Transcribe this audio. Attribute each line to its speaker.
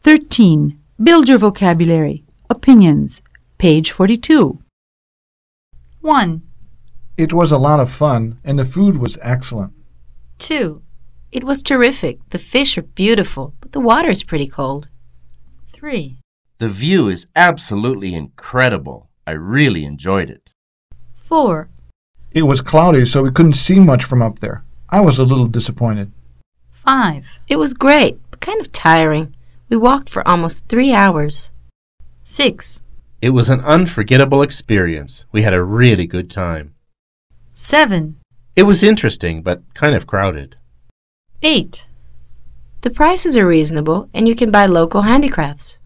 Speaker 1: 13. Build your vocabulary. Opinions. Page 42.
Speaker 2: 1,
Speaker 3: It was a lot of fun, and the food was excellent.
Speaker 2: 2,
Speaker 4: It was terrific. The fish are beautiful, but the water is pretty cold.
Speaker 2: 3,
Speaker 5: The view is absolutely incredible. I really enjoyed it.
Speaker 2: 4,
Speaker 3: It was cloudy, so we couldn't see much from up there. I was a little disappointed.
Speaker 2: 5,
Speaker 4: It was great, but kind of tiring. We walked for almost three hours.
Speaker 2: 6,
Speaker 5: It was an unforgettable experience. We had a really good time.
Speaker 2: 7,
Speaker 5: It was interesting, but kind of crowded.
Speaker 2: 8,
Speaker 4: The prices are reasonable, and you can buy local handicrafts.